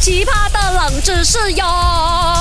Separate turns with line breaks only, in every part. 奇葩的冷知识哟！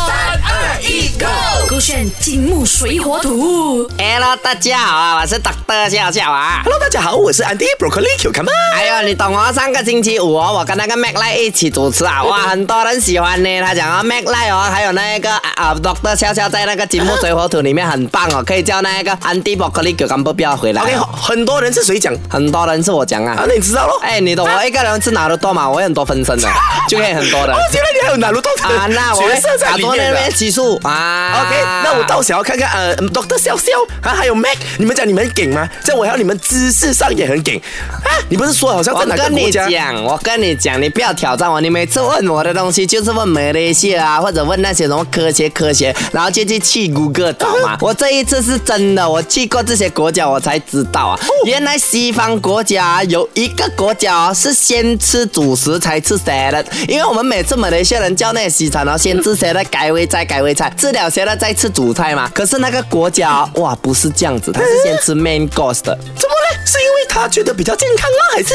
三
二一，Go！
勾选金木水火土。
Hello，大家好啊，我是 Doctor 笑笑啊。
Hello，大家好，我是 Andy Broccoli Cucumber。
哎呦，你懂哦，上个星期五哦，我跟那个 Mac l i 一起主持啊，
嗯
哇，很多人喜欢呢。他讲啊，Mac l i 哦，还有那个啊啊 Doctor 笑笑在那个金木水火土里面很棒哦，可以叫那个 Andy Broccoli Cucumber 不要回来。哦
OK，很多人是谁讲？
很多人是我讲啊
啊，。那你知啊道咯？
哎，你懂我一个人是拿得多嘛？我有很多分身的，就可以很多 的。
哦，原来你还有哪路豆粉
啊，那我
角色在
打
里
多
面
那
的
边。起诉啊。
OK，那我倒想要看看呃，Doctor 笑笑啊，还有 Mac，你们讲你们很梗吗？这样我要你们姿势上也很梗啊！你不是说好像在
我
哪个
跟
国
你
家？
讲，我跟你讲，你不要挑战我。你每次问我的东西，就是问马来西亚啊，或者问那些什么科学科学，然后就去去谷歌找 嘛。我这一次是真的，我去过这些国家，我才知道啊，
哦
原来西方国家啊有一个国家啊是先吃主食才吃 salad，因为我们每次马来西亚人叫那些西餐哦，先吃 salad 改为菜改为菜，吃了 salad 再吃主菜嘛。可是那个国家啊哇不是这样子，他是先吃 main course 的。
怎么呢？是因为他觉得比较健康吗？还是？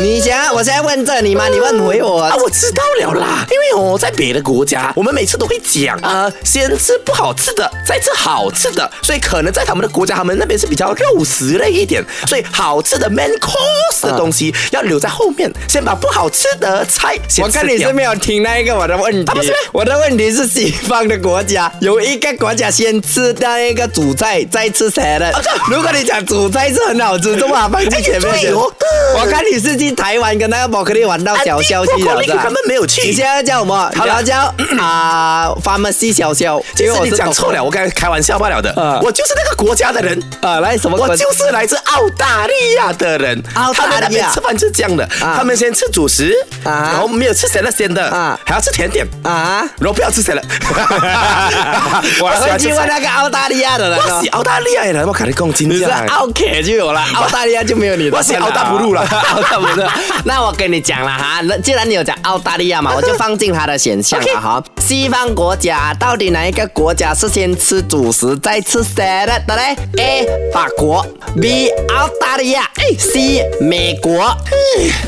你想啊要我现在问这你吗？你问回我
啊，我知道了啦，因为我、哦、在别的国家，我们每次都会讲啊、呃先吃不好吃的，再吃好吃的，所以可能在他们的国家，他们那边是比较肉食类一点，所以好吃的 main course
啊
的东西要留在后面，先把不好吃的菜先
我
吃
看你
掉
是没有听那一个我的问题
啊不是咩，
我的问题是西方的国家有一个国家先吃那一个主菜，再吃谁的？如果你讲主菜是很好吃，这么好放进前面
啊哎对
去。
哦对
我看你是去台湾跟那个宝克利玩
啊
到小消息
哎
了，是吧
他们没有
你
去。
现在叫什么？
好
你
了
要叫啊，pharmacy 小消，
其实你
是
讲错了，我刚才开玩笑罢了的
啊。
我就是那个国家的人，
啊，来什么
我
国？
就是来自澳大利亚的人。
澳大利亚
他们那边吃饭是这样的，
啊
他们先吃主食，
啊
然后没有吃咸的咸的
啊，
还要吃甜点，
啊，
然后不要吃咸 的。
我
我喜
会
欢吃
去问
咸的。
那个澳大利亚的人
我
哦
是。澳大利亚人，我跟你讲，真
你是
正。
奥 K 就有了，澳大利亚就没有你的
我
份
是
了。
澳大不入了
澳大不入。那我跟你讲了哈，那既然你有讲澳大利亚嘛，我就放进它的选项了哈。西方国家到底哪一个国家是先吃主食再吃 salad 的嘞？A. 法国，B. 澳大利亚，C.
哎
美国。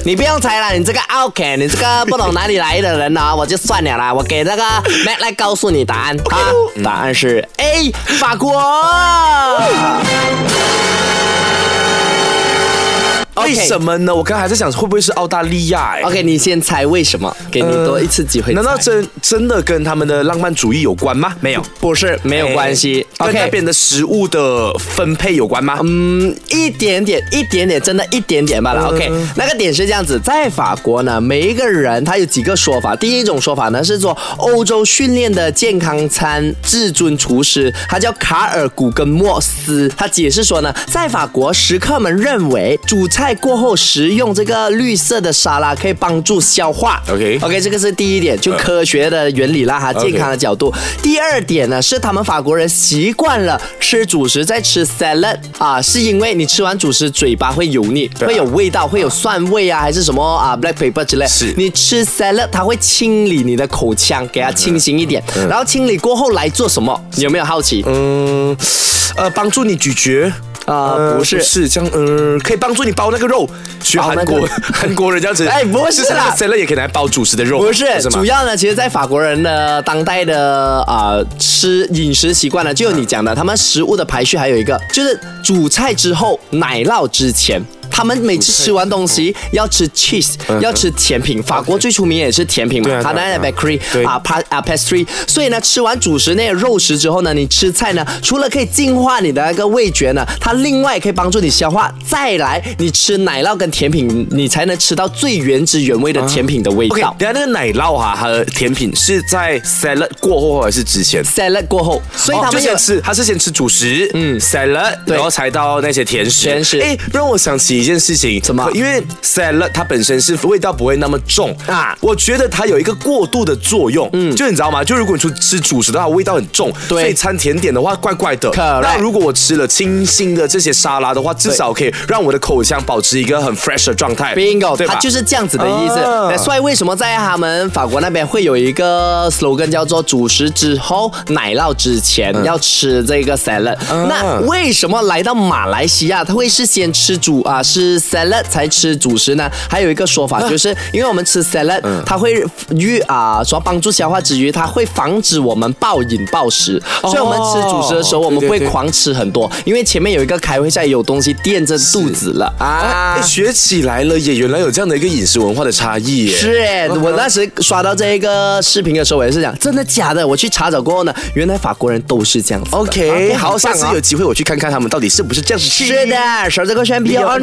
你不用猜了，你这个奥 K，你这个不懂哪里来的人啊呢，我就算了啦。我给那个 Mac 来告诉你答案啊，答案是 A. 法国。
嗯为什么呢？我刚才还在想，会不会是澳大利亚？哎
OK，你先猜为什么？给你多一次机会猜。
呃难道真真的跟他们的浪漫主义有关吗？没有，哎
不是没有关系
跟那
？OK，
边的食物的分配有关吗？
嗯，一点点，一点点，真的一点点罢了。OK，那
嗯
个点是这样子，在法国呢，每一个人他有几个说法。第一种说法呢是说欧洲训练的健康餐至尊厨师，他叫卡尔古根莫斯，他解释说呢，在法国食客们认为煮菜过后食用这个绿色的沙拉可以帮助消化。
OK
OK，这个是第一点，就科学的原理啦哈，健康的角度。第二点呢，是他们法国人习惯了吃主食再吃 salad 啊，是因为你吃完主食嘴巴会油腻，
啊
会有味道，会有蒜味啊，还是什么啊 black pepper 之类。
是
你吃 salad 它会清理你的口腔，给它清醒一点，然后清理过后来做什么？你有没有好奇？
嗯，呃，帮助你咀嚼。
啊
呃
不是
是这样，嗯、可以帮助你包那个肉，学
哦包那
韩
个
国
肉
韩国人这样子。
哎不是啦
塞了也可以拿来包主食的肉，
不是，
吗
主要呢，其实，在法国人的当代的啊、呃吃饮食习惯呢，就有你讲的，他们食物的排序还有一个就是主菜之后，奶酪之前。他们每次吃完东西要
嗯
吃 cheese，、要吃甜品。法国最出名也是甜品嘛
对啊，
它
对啊
那
对啊
bakery
对
啊 pa 啊 pastry。所以呢，吃完主食那些肉食之后呢，你吃菜呢，除了可以净化你的那个味觉呢，它另外也可以帮助你消化。再来，你吃奶酪跟甜品，你才能吃到最原汁原
啊
味的甜品的味
OK，
道。
等一下那个奶酪哈、和甜品是在 salad 过后还是之前？
salad 过后，所以
哦
他
就
们有、
先吃，他是先吃主食，嗯，salad，
对
然后才到那些甜食。
甜食
哎，让我想起一件事情，
怎么
因为 salad 它本身是味道不会那么重
啊
我觉得它有一个过度的作用，嗯，就你知道吗？就如果你出吃主食的话，味道很重，
对
所以掺甜点的话怪怪的。
Correct
那如果我吃了清新的这些沙拉的话，至少可以让我的口腔保持一个很 fresh 的状态。
bingo，
对吧
它就是这样子的意思。
啊
所以为什么在他们法国那边会有一个 slogan 叫做“主食之后，奶酪之前”，
嗯
要吃这个 salad、那为什么来到马来西亚，它会是先吃主啊、吃 salad 才吃主食呢？还有一个说法
啊
就是，因为我们吃 salad，、它
嗯
会预啊说帮助消化之余，它会防止我们暴饮暴食，所以我们吃主食的时候，我们
哦对对
不会
对
狂吃很多，因为前面有一个开会下有东西垫着肚子了啊
哎，。学起来了耶！原来有这样的一个饮食文化的差异耶。啊
是哎，我那时刷到这个视频的时候，我也是讲真的假的。我去查找过后呢，原来法国人都是这样子的。
OK，、
啊
好，下次。
很棒
有
哦
机会我去看看他们到底是不是这样子吃。
是的，手这个炫 b e y on